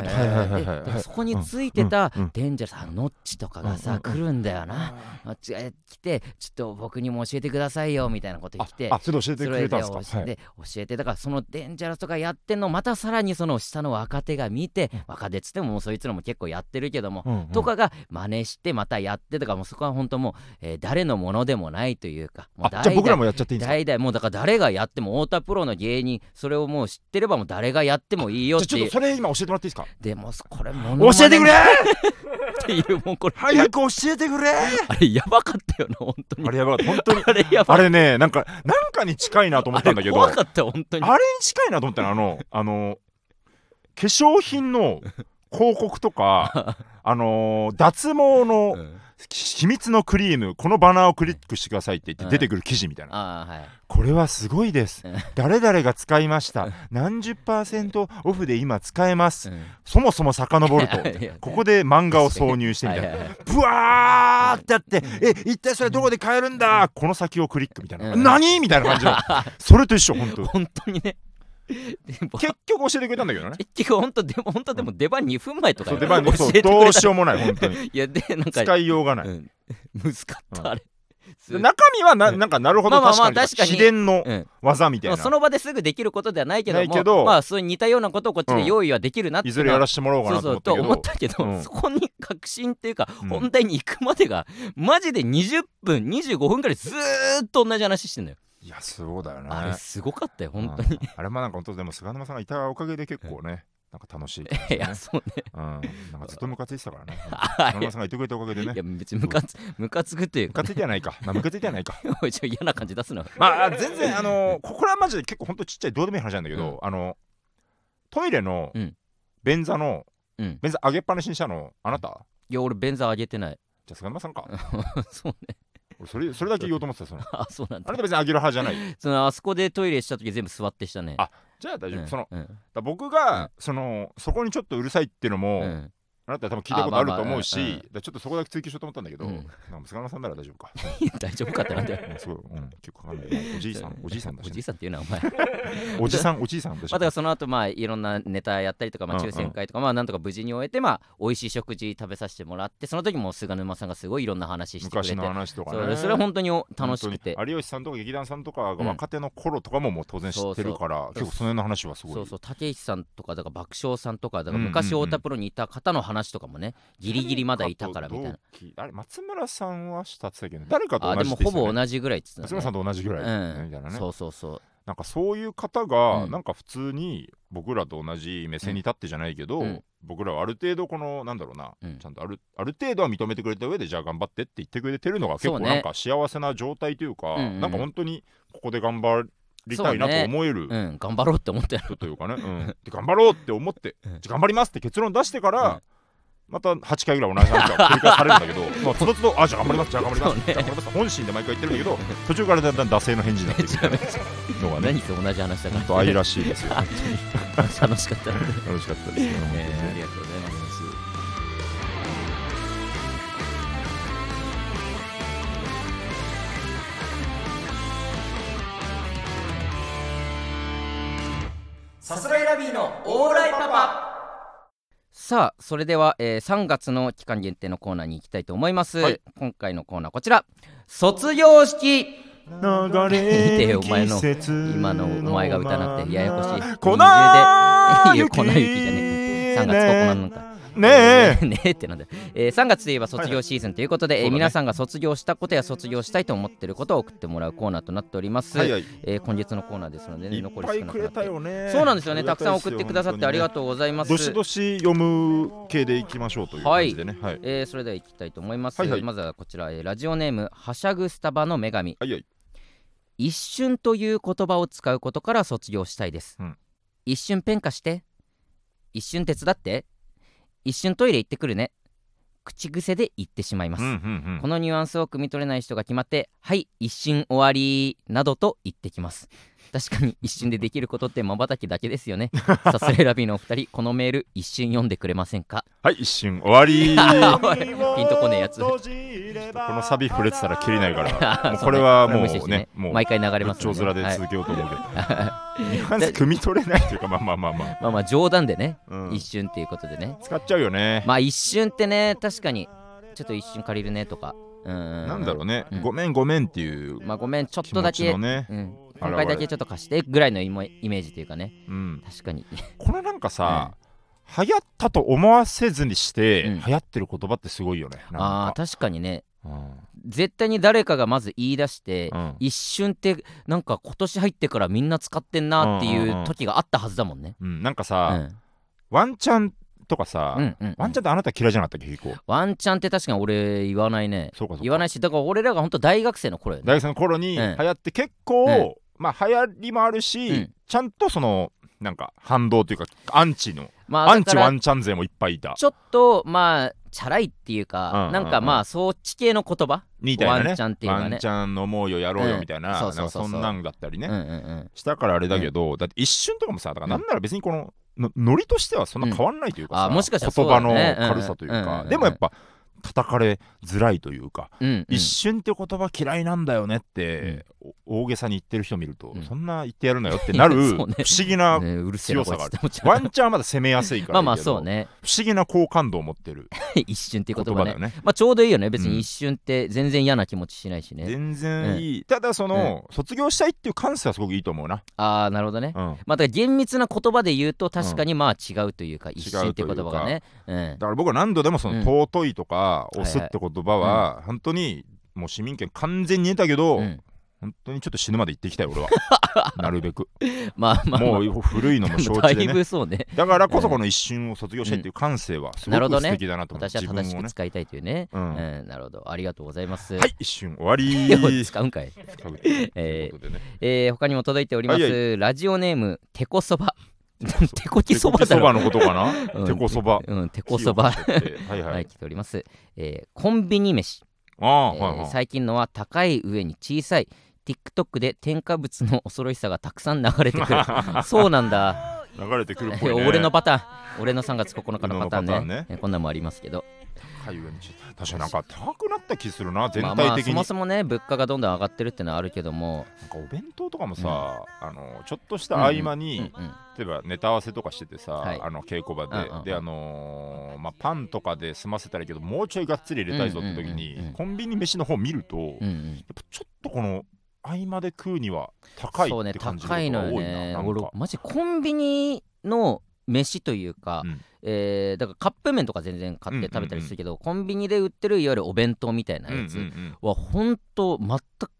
えーでだからそこについてた
うんうん
デンジャラスさんノッチとかが
うんう
さ
ん
来るんだよなノッチが来てちょっと僕にも教えてくださいよみたいなこと言って
ああそれ教えて
そ
く
れで
れたん
教
ですか
え
はい
て教えてだからそのデンジャラスとかやってんのまたさらにその下の若手が見て若手っつってももうそいつらも結構やってるけども
うんうん
とかが真似してまたやってとかもうそこは本当もうえー誰のものでもないというかもう
あじゃあ僕ら
も
もやっちゃっていいんですか
代々もうだから誰がやっても太田プロの芸人それをもう知ってればもう誰がやってもいいよっ
じ
て
ゃあちょ
い
っ
う
とそれ今教えてもらっていいですか
でもこれも
教えてくれ
っていうもうこれ
早く教えてくれ
あれやばかったよな本当に
あれやばかった本当に
あれやば
あ
かっ
れねなんかなんかに近いなと
た
思ったんだけど
怖かったよ本当に
あれに近いなと思ったのあのあの化粧品の広告とかあの脱毛の
うん
秘密のクリームこのバナーをクリックしてくださいって言
う
っ
ん
て出てくる記事みたいな、
ああはい
これはすごいです
うん
誰々が使いました何十パーセントオフで今使えます、
うん
そもそも遡る
いや
とここで漫画を挿入してみたいな
はいはいはい
ブワーってやってえ一体それどこで買えるんだこの先をクリックみたいな、
うん
何みたいな感じの それと一緒本当
本当にねでも
結局教えてくれたんだ けどね
結局本当でも本当でも出番2分前とか
そ
よ
う出番ねそ
教
う
えてく
ど
れ
う
た
しようもない本当に
いやで なんか
使いようがない、
うん 難しかったあ れす
中身はななんかなるほど
まあまあ
確
ま
か
あ
に,、
確かに
秘伝の
うん
技みた
で
いな、
もその場ですぐできることではないけど
ない
も
けど
まあそういう似たようなことをこっちで用意はできるなって
い
いう
ず
の
れ
は
やらせてもらおうか
そ
な
うそ
と
うと思
思
っ
った
たけど、
うん
そこに確信っていうか、
うん
本題に行くまでがマジで20分25分くらいずーっと同じ話してんだよ、
けどいやそうだよね
あれすごかったよ本当
うんあれもなんか本当でも菅沼さんがいたおかげで結構ねなんか楽しい感じ
に、
で
い
ね、
やそうね
うん、なんかずっとムカついてたからね
あ
菅
いや
沼さんがいてくれたおかげでね
いや別にムカつムカつくっていう
ム
か
カついてはないか、まあ、ムカついてはないか
お いちょ嫌な感じ出すな
まあ全然あのここらはマジで結構ほんとちっちゃいどうでもいい話なんだけど、
うん
あのトイレの
うん
便座の、
うん
便座上げっぱなしにしたのあなた
いや俺便座上げてない
じゃあ菅沼さんか
そうね
俺それそれだけ言おうと思って たその
あそうなん
あ
だ
なた別にあげる派じゃない
そのあそこでトイレした時全部座ってしたね
あじゃあ大丈夫、
うん
その
うん
だ僕
う
が
ん
そのそこにちょっとうるさいっていうのも、
うん
あなた多分聞いたことある
あま
と
あまあ
思うし、
うんうん
だからちょっとそこだけ追求しようと思ったんだけど、
うん
なんか菅原さんなら大丈夫か
いや 大丈夫かってなん だよ
うんすごい、うん、結構かかんないおじいさんおじいさんだ
お
し、
じ
ね
い、さんっていうのはお前
おじさんおじいさんだし、
まあ、だからその後まあいろんなネタやったりとか、まあ、
うんうん
抽選会とか、まあなんとか無事に終えて、まあ、美味しい食事食べさせてもらってその時も菅沼さんがすごいいろんな話してくれて
昔の話とか
そ
ね
うそれは本当に楽しくて
本当に有吉さんとか劇団さんとか
う
が
ん
若手の頃とかももう当然知ってるか
そう
ら、
そう
結構その辺の話はすごい
そうそう武石さんとかだから爆笑さんとかだから
う
昔
んうんうん
太田プロにいた方の話とかもねギリギリまだいたからみたいな
誰かと同期あれ松村さんはしたってたけど誰かと
あ
同
で
じ
も
って言
ほ
ってたよね
ぼ同じぐらいっつって
松
たね
村さんと同じぐらいだよね、
うん
みたいなね
そうそうそう
なんかそういう方が、
うん
なんか普通に僕らと同じ目線に立ってじゃないけど、
うん
僕らはある程度このなんだろうな、
うん
ちゃんとあるある程度は認めてくれた上でじゃあ頑張ってって言ってくれてるのが結
そ
構
うね
なんか幸せな状態というか、
うんうん
なんか本当にここで頑張りたい
そ
な
うね
と思え
う
る
ん頑張ろうって思ったよ
人というかね、うんで頑張ろうって思って、
うん
頑張りますって結論出してから、
うん
また8回ぐらい同じ話が繰り返されるんだけどまあつどつどあじゃあ頑張りますじゃあ頑張りま
そ
す、
うね
じゃあ頑張ります本心で毎回言ってるんだけど途中からだんだん惰性の返事になってくるみたいな のがね
何せ同じ話だ
本
か
当
ら
愛らしい ですよ本
楽しかったので、
当に楽しかったですね本
えー
当に
あり
ね
がとうございますさすらいラビーのオーライパパさあそれでは、えー、3月の期間限定のコーナーに行きたいと思います、
はい
今回のコーナーこちら卒業式
流
見て
れ
よお前の
季節
今のお前が歌わなくてややこしい
粉
二重で いいよ
雪
粉雪じゃねえ3月9日か
ね え
ねえってなんだよ、えー3月といえば卒業シーズンということで、
はいは
えー
いそうだね
皆さんが卒業したことや卒業したいと思ってることを送ってもらうコーナーとなっております、
はいはい
えー今月のコーナーですので、ね、
いっ
残り
ぱ
少
い
な
く
くな
れた
って
よね
そうなんですよねたくさん送ってくださってありが
と
とうございます
どしどし読む系でいきましょうという感じでねはい
えーそれでは行きたいと思います、
はいはい
まずはこちら、えーラジオネームはしゃぐスタバの女神
はいはい
一瞬という言葉を使うことから卒業したいです、
うん
一瞬ペン貸して一瞬手伝って一瞬トイレ行ってくるね口癖で言ってしまいます、
うんうん
このニュアンスを汲み取れない人が決まって「はい一瞬終わり」などと言ってきます確かに一瞬でできることってまばたきだけですよ ねさすれラビーのお二人このメール一瞬読んでくれませんか
はい一瞬終わり
おい ピンとこねえやつ
こ
こ
の
のサビ触れてたら切れないから もう
そうね
これはも
無視し
う
て
ねもう
毎回流れ
ぶ
ま
っ
す
ちょ
の
う面で
はい
続けようと思うけど、 ニュアンス汲み取れないというかまあまあまあまあ、
まあまあ冗談でね、
うん
一瞬っていうことでね
使っちゃうよね、
まあ一瞬ってね確かにちょっと一瞬借りるねとかうん
なんだろうね、
うん
ごめんごめんっていう
まあごめんちょっ
気
と
持
だ
ち
け、
のね、
うん
現れ
今回だけちょっと貸してぐらいのイモイメージというかね
うん、
確かに
これなんかさ、流行ったと思わせずにして、
うん
流行ってる言葉ってすごいよね
あ
な
あ
んか
確かにね
うん
絶対に誰かがまず言い出して、
うん
一瞬ってなんか今年入ってからみんな使ってんなって
ん
い
うんう
うん時があったはずだもんね、
うん、なん
う
か
ん
さ、ワンチャンとかさ、
うんうんうん
ワンチャンってあなた嫌いじゃなかったっけ結構
ワンチャンって確かに俺言わないね
そうかそうか
言わないしだから俺らが本当大学生の頃よね
大学生の頃に流
うん
行って結構、
うん
まあ流行りもあるし、
うん
ちゃんとそのなんか反動というかアンチの
まあ
アン
だ
チ
から
ワンチャン勢もいっぱいいた
ちょっとまあチャラいっていうか、
うんうんうん
なんかまあそっち系の言葉
みたいなね
ワンチャンっていうのはね
ワンチャン飲もうよやろう
う
よ
ん
みたいな,、
そう
な
そ
ん
う
か
そう
そ
そうん
なんだったりね、
うんうんうん
したからあれだけど、だって一瞬とかもさだからなんなら別にこののノリとしてはそんな変わんないというかさ、
うんあもしかしたらそう
言
だ
葉
ね
の軽さという
うんうんうんうん
か、
うん
でもやっぱ叩かれづらいというか、
うんうん
一瞬って言葉嫌いなんだよねって、お大げさに言ってる人見ると、
うん
そんな言ってやるなよってなる
いや
不
そう
思
ね
議な、
ねうるせえなこいつって思っちゃ
ワ
う
ンチャンはまだ攻めやすいか
ま
ら
あ
いいけど
まあそうね
不思議な好感度を持ってる
一瞬っていう
言
言
葉
葉
だ
ね
よね
まあちょうどいいよね別
うん
に一瞬って全然嫌な気持ちしないしね、
全然いい、ただその、卒業したいっていう感性はすごくいいと思うな、
ああなるほどね
うん、
まあだから厳密な言葉で言うと確かにまあ違うというか、一瞬っていう言葉がねうん
だから僕は何度でもそ
うん
の尊いとか
いはい
押すって言葉は本当にもう市民権完全に得たけど
うん
本当にちょっと死ぬまで言ってきたよ俺は なるべく
まあまあ、まあ、
もう古いのも承
だ
知
い
でね
ぶそうね
だからこそこの一瞬を卒業したいっていう感性はすご
なるほど
く
ね
素敵だなと思う
私は
自分を
正し
ね
く使いたいというね、
うん
うんなるほどありがとうございます
はい一瞬終わり
い使うんかい
使うということでね
えー、他にも届いております、
はい
ラジオネームてこそばてこき
手
そば
こ
だ
そ
ろ
ばのことか
うん
な手こそば
うんてこそば
火をかけてはい
は
はいい
来ております、えーコンビニ飯、
ああ
えー
はいはい
最近のは高い上に小さい TikTok で添加物の恐ろしさがたくさん流れて くるそうなんだ、
流れてくるっぽいね
俺のパターン俺の3月9日のパターンね
俺のパターンね
えーこんなんもありますけど、
高い上に確かになんか高くなった気するな全
まあま
体
あ
的
そ
に
もそもね物価がどんどん上がってるってのはあるけども、
なんかお弁当とかもさ、あのちょっとした合間
うん
に、
うん、
例えばネタ合わせとかしててさ、
はい
あの稽古場で、
うんうんうん
であのーまあ、パンとかで済ませたらいいけどもうちょいがっつり入れたいぞって時に、
うんうんうんうん
コンビニ飯の方見ると、やっ
うんうん
ぱちょっとこの合間で食うには高い
そうね
って感じること
高
が
い
多
の
いな
よね
なん
俺
か
マジコンビニの飯というか、
うん
えーだからカップ麺とか全然買って食べたりするけど、コンビニで売ってるいわゆるお弁当みたいな
うんうんう
や
ん
つはほんと全く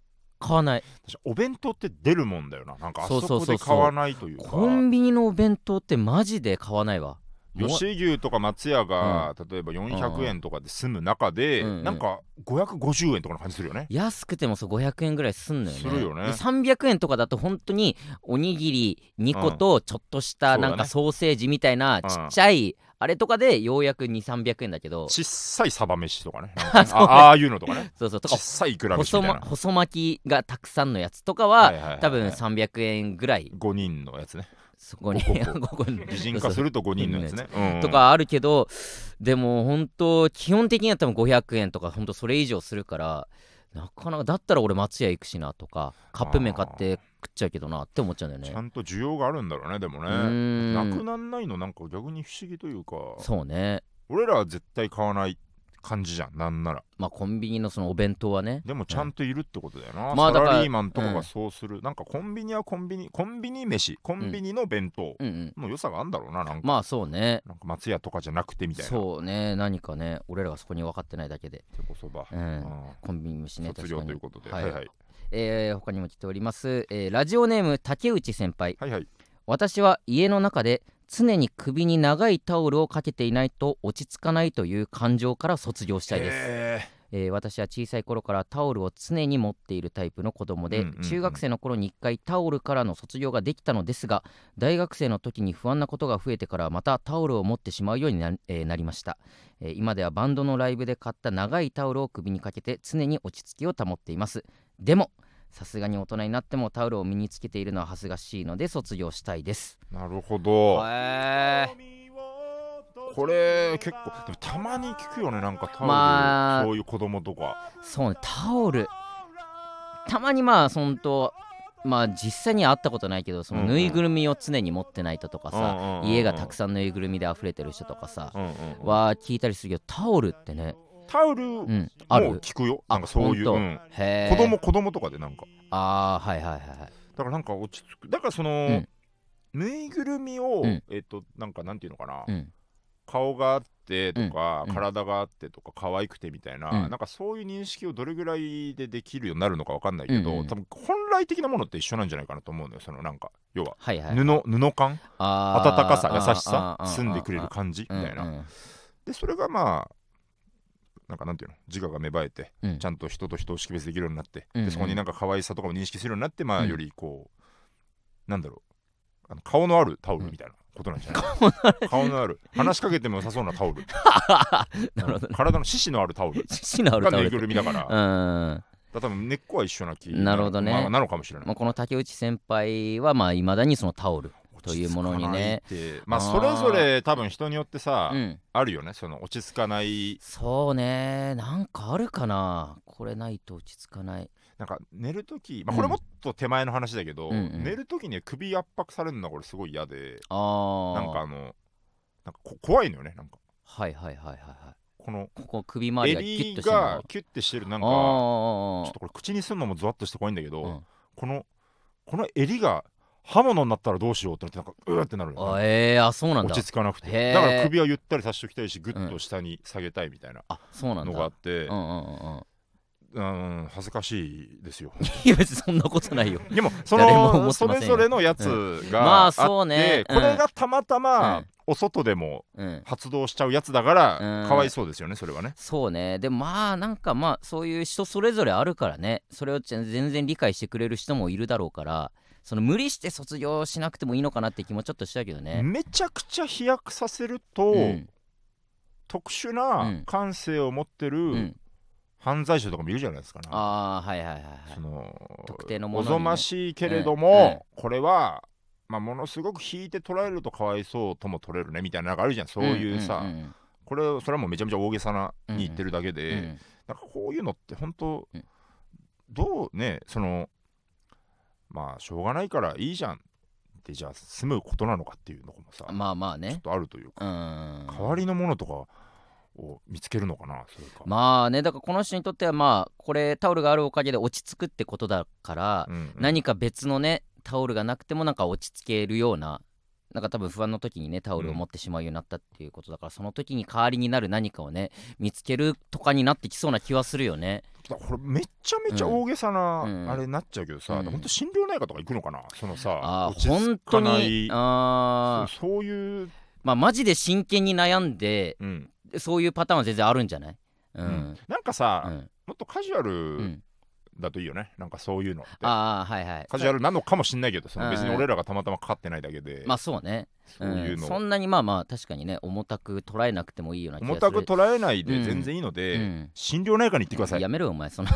買わない
私お弁当って出るもんだよななんかあ
そう
そ
そうそう
こ
そう
で買わないというか
コンビニのお弁当ってマジで買わないわもう
吉井牛とか松屋が、例えば400円とかで済む中で、
うんうん
なんか550円とかの感じするよね、
安くてもそう500円ぐらいすんのよね
するよね
で300円とかだと本当におにぎり2個とちょっとした
そう
な
だね
んかソーセージみたいな
うん
ちっちゃいあれとかでようやく2300円だけど
小さいサバ飯とか ねなんかねあああいうのとかね
そう そうと
小
か
さいいくら飯
細
みたい
ま
な
細巻きがたくさんのやつとかは,、
いはいはい
多分300円ぐらい
5人のやつね
そ こに
ごごご
ごごに
擬人化すると5人のやつね、うん
とかあるけどでも本当基本的には多分500円とか本当それ以上するからなかなかだったら俺松屋行くしなとかカップ麺買って食っちゃうけどなって思っちゃうんだ
ち
よ
ゃ
ね。
んと需要があるんだろうねでも
う
ね
ー
なんくなんないのなんか逆に不思議というか
そうね
俺らは絶対買わない感じじゃんなんなら
まあコンビニのそのお弁当はね
でもちゃんといるってことだよな、
まあだ
サ
から
ラリーマンとか
うん
がそうする、なんかコンビニはコンビニコンビニ飯コンビニの弁当
うんうん
の良さがあるんだろうななんか、
まあそうね
なんか松屋とかじゃなくてみたいな
そうね何かね俺らがそこに分かってないだけで
手こそば、
うん
うん
コンビニ飯ね
卒業
確
と
かに
いうことで、
は
はいい、はいはい
えー他にも来ております、えーラジオネーム竹内先輩
はい
私は家の中で常に首に長いタオルをかけていないと落ち着かないという感情から卒業したいです、
へ
えー私は小さい頃からタオルを常に持っているタイプの子供で、
うんうんうん
中学生の頃に1回タオルからの卒業ができたのですが大学生の時に不安なことが増えてからまたタオルを持ってしまうようにな,、えーなりました、えー今ではバンドのライブで買った長いタオルを首にかけて常に落ち着きを保っていますでもさすがに大人になってもタオルを身につけているのは恥ずかしいので卒業したいです
なるほど、
へ
これ結構でもたまに聞くよねなんかタオル、
まあ
そういう子供とか
そうねタオルたまにまあそんとまあ実際には会ったことないけどその
うんうん
ぬいぐるみを常に持ってない人とかさ、家がたく
さ
さんぬいぐるみで溢れてる人とかさ、
ん、うんうんうん
は聞いたりするけどタオルってね、
タオル
う
も
ん、ある
聞くよ、
あ
なんかそういう、
ほ
うんん、
へー
子供子供とかでなんか
ああはいはいはいはい
だからなんか落ち着くだからその、
ん
ぬいぐるみを、
うん
えっとなんかなんていうのかな、
うん
顔があってとか、
うんうん
体があってとか可愛くてみたいな、
うん
なんかそういう認識をどれぐらいでできるようになるのかわかんないけど、
うんうん
多分本来的なものって一緒なんじゃないかなと思うのよそのなんか要は
はいはい
布布感
あ
温
ー
かさ優し
あ
さ
ーあー
包んでくれる感じみたい
うん
な
うん
でそれがまあなんかなんていうの自我が芽生えて
うん
ちゃんと人と人を識別できるようになって
うんう
で
ん
そこになんか可愛さとかも認識するようになってま
う
あ
ん
よりこうなんだろうあの顔のあるタオルみたいなことなんじゃない顔のある話しかけても良さそうなタオル
なるほどね
体の獅子のあるタオル
父のある
が
タオル
ぬい
って
ぐるみだから
うん、ま
だから多分根っこは一緒な気
なるほどね
まあなのかもしれない
あ、この竹内先輩はまあいまだにそのタオルというものにね
落ち着かないってまあそれぞれ多分人によってさ
うん
あるよねその落ち着かない
そうねなんかあるかなこれないと落ち着かない
なんか寝るとき、ま
う
あ、
ん
これもっと手前の話だけど、
うんうん
寝るときに首圧迫されるのはこれすごい嫌で、
あー
なんかあの、なんかこ怖いのよね、なんか、
はいはいはいはいは
この
いここ首周りがギュッ
襟
としてるの
がキュッてしてる、なんか、ちょ
あ
っとこれ口にするのもゾワッとして怖いんだけど、
ーうん
この、この襟が刃物になったらどうしようってなって、なんか、うーってなるよ
あ
ね。
えー、あそうなんだ
落ち着かな
へ
く
ー
てだから首はゆったりさせておきたいしぐっと下に下げたいみたいな
あそうなん
のがあ
だ
って、
うんうんうん うん
うん恥ずかしいですよ
いや別にそんなことないよ
でもそ
誰も思
の
って
そ
ませんよ
れぞれのやつ
ま
があ
あ
って、
そうねうん
これがたまたま、
うん
お外でも
うん
発動しちゃうやつだから、
うん
かわいそうですよねそれはね。
そうねでもまあなんかまあそういう人それぞれあるからねそれをちゃ全然理解してくれる人もいるだろうからその無理して卒業しなくてもいいのかなって気もちょっとしたけどね
めちゃくちゃ飛躍させると、
うん
特殊
う
なん感性を持って
う
る
ん
犯罪者とかもいるじゃないですか、ね
ああはいはいはいはい
その
特定のもの
お
にね
ぞましいけれど
うんうん
も、これは、まあ、ものすごく引いて捉えるとかわいそうとも取れるねみたいなのがあるじゃんそういうさ、
んんん
これそれはもうめちゃめちゃ大げさなに言ってるだけで、
うんうん
なんかこういうのって本当、
うん
どうねそのまあしょうがないからいいじゃんってじゃあ済むことなのかっていうのもさ、
まあまあ
ちょっ
ね
とあるというか、
うん
代わりのものとかを見つけるのかなそれか、
まあねだからこの人にとってはまあこれタオルがあるおかげで落ち着くってことだから、
うんうん
何か別のねタオルがなくてもなんか落ち着けるようななんか多分不安の時にねタオルを持ってしまうようになったっていうことだから、その時に代わりになる何かをね見つけるとかになってきそうな気はするよね
だからこれめっちゃめちゃ大げさな、
うん
あれになっちゃうけどさ、
うん
ほん、本当心療内科とか行くのかなそのさ
あ
落
あ
ち
本
着
当
かない
にあ
そ
ー
うそういう、
まあマジで真剣に悩んで
うん
そういうパターンは全然あるんじゃないうん、うん
なんかさ、
うん
もっとカジュアルだといいよねなんかそういうのって
ああはいはい
カジュアルなのかもしんないけどそ
うん
の別に俺らがたまたまかかってないだけで、
まあそうね
そういう
うん
の
そんなにまあまあ確かにね重たく捉えなくてもいいような気がす
重
る
たく捉えない
うん
で全然いいので、
うん
心療内科に行ってください
やめろよお前そ の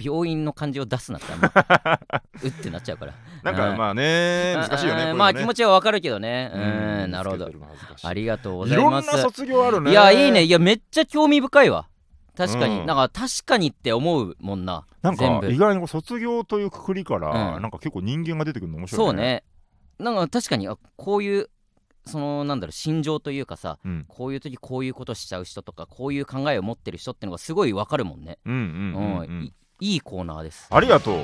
病院の感じを出すなってあんま うってなっちゃうから
なんか
うん
まあね難しいよ
うん
ねこういうのね
まあ気持ちはわかるけどねう
うん
んなるほど
見つけてるの恥ずかしい
ありがとうご
い
ざい
ろん
ま
な
す
卒業あるね
いやいいねいやめっちゃ興味深いわ確かに、
うん
なんか確かにって思うもんな
なん
全
か
部
意外にこう卒業というくくりから、
うん
なんか結構人間が出てくるの面白い
そうねなんか確かにあこういうそのなんだろう心情というかさ
うん
こういう時こういうことしちゃう人とかこういう考えを持ってる人ってのがすごいわかるもんね、
うんうんうん、う
うん
ん
いいいコーナーです
ありがとう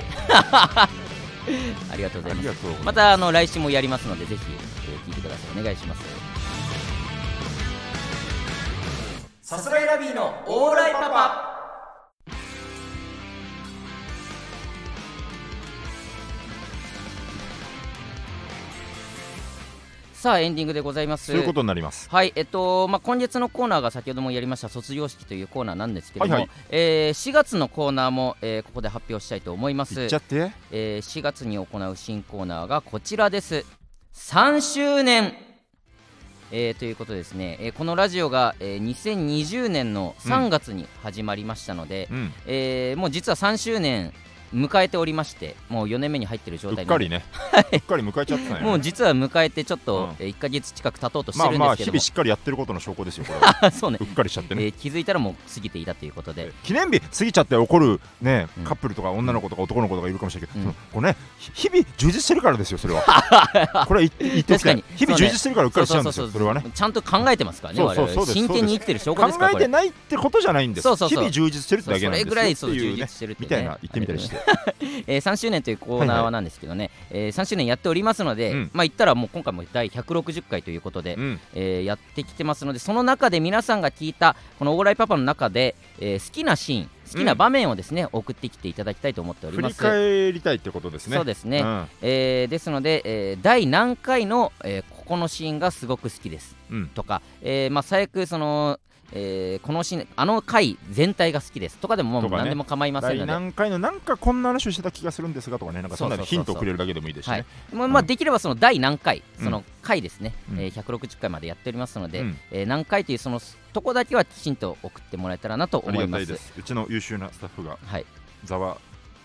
ありがとうご
あ
ざいます
りがとう
またあの来週もやりますのでぜひ、えー聞いてくださいお願いしますさすらいラビーのオーライパパさあエンディングでございます
そういうことになります。
はいえっとまあ、今月のコーナーが先ほどもやりました卒業式というコーナーなんですけれども、
はいはい
えー4月のコーナーも、えーここで発表したいと思います
いっちゃって。
えー4月に行う新コーナーがこちらです3周年、えーということですね、えーこのラジオが、えー2020年の3月に始まりましたので、
うん。
えーもう実は3周年迎えておりましてもう4年目に入ってる状
うっ
態
か
な
りね。うっかり迎えちゃってたね。
もう実は迎えてちょっと、
うん
え1か月近く経とうとし
ま
て
あ
るん
ま
です
あ
け
日
ども、
々しっかりやってることの証拠ですよ。これは
そうね
うっかりしちゃってね。
えー気づいたらもう過ぎていたということで、
記念日過ぎちゃって怒るね
うん
カップルとか女の子とか男の子とかいるかもしれないけ
うん
ど、そのこれねひ日々充実してるからですよそれは これは言って言っておきた
確か
い
に
日々
そう
充
ね
実してるからうっかりしちゃうんですよそれはね
ちゃんと考えてますからね、
そうそう
我
そう
々
です
真剣に生きてる証拠
考
ですから、
え
こ
て
れ。
ないってことじゃないんです
そうそうそう
日々充実してるってだけなんで
そ
すよ
うそれぐらいそう
っていう
充実
ね
してるってね
みたいな言ってみたりして
えー、3周年というコーナーはなんですけどね、えー3周年やっておりますので、
うん
まあ言ったらもう今回も第160回ということで、
うん
えーやってきてますのでその中で皆さんが聞いたこの「オーライパパ」の中で、えー好きなシーン好きな場面をですね、送ってきていただきたいと思っており
振
ま
り
す。
返りたいってことですね
そうですね、
ん
えーですので、えー第何回の、えーここのシーンがすごく好きです
うん
とか、えーまあ、最悪その、えーこのシーンあの回全体が好きですとかでもも
と
う
かね
何でも構いませんので、
第何回のなんかこんな話をしてた気がするんですがとかねなんかそんなの
そうそう
ヒ
そ
ン
うそ
ト
う
をくれるだけでもいいですし
はい
ね、
まあまあ
うん
できればその第何回、
うん
その回ですね、
うん
えー160回までやっておりますので、
うん
えー何回というそのとこだけはきちんと送ってもらえたらなと
あ
思
り
い
が
ま
た
す
いですうちの優秀なスタッフが
はい、
ざわ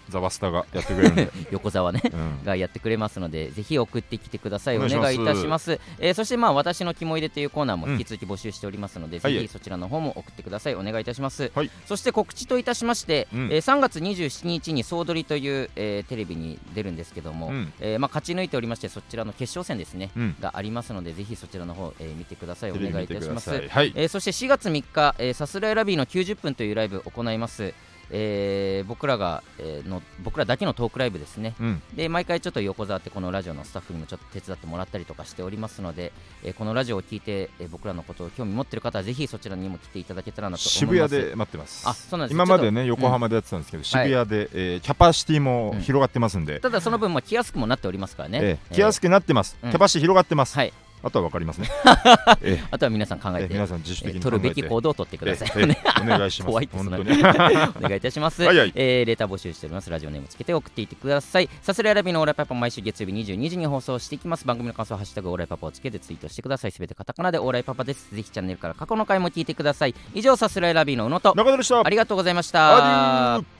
ざわスタがやってくれるんで、
横澤ね
うん、
がやってくれますのでぜひ送ってきてください
お
お
願
願
いします
いいたしますえーそしてまあ私の肝入れというコーナーも引き続き募集しておりますので、
はい
ぜひそちらの方も送ってくださいお願いいたします、
はい
そして告知といたしまして、
うん
えー3月27日に総取りという、えーテレビに出るんですけども、
うん
えーまあ勝ち抜いておりましてそちらの決勝戦ですね、
うん
がありますのでぜひそちらの方、えー見てくださいお
テレビ
願い
見
い
て
た
く
し
だ
ます
さいはい
えーそして4月3日、えーさすらいラビーの90分というライブを行います、えー僕らが、えーの僕らだけのトークライブですね
うん
で毎回ちょっと横澤ってこのラジオのスタッフにもちょっと手伝ってもらったりとかしておりますので、えーこのラジオを聞いて、えー僕らのことを興味持ってる方はぜひそちらにも来ていただけたらなと思
渋
いま
谷
す
で待ってます。
あそうなんです
今まで
ちょっ
ね、
と
横浜でやってたんですけど、渋谷で、えーキャパシティも広がってますんで、
ただその分まあ来やすくもなっておりますからね、
えー来やすくなってます、
うん
キャパシティ広がってます、
はい
あとは分か りますね。え
あとは皆さん考
ーえ
え
ー
て、
皆さん自主的
えー
に考
取
え
る
て
べき行動を取ってください、
えーえーお願いします。
怖いってそ
本
の
当に
お願いいたします。
はいはい
えーレター募集しております。ラジオネームつけて送っていってください。さすらいラビのオーライパパ毎週月曜日22時に放送していきます。番組の感想はハッシュタグオーライパパをつけてツイートしてください。すべてカタカナでオーライパパです。ぜひチャンネルから過去の回も聞いてください。以上、さすらいラビの宇野と、
中田でした。
ありがとうございまし
アデュー
た。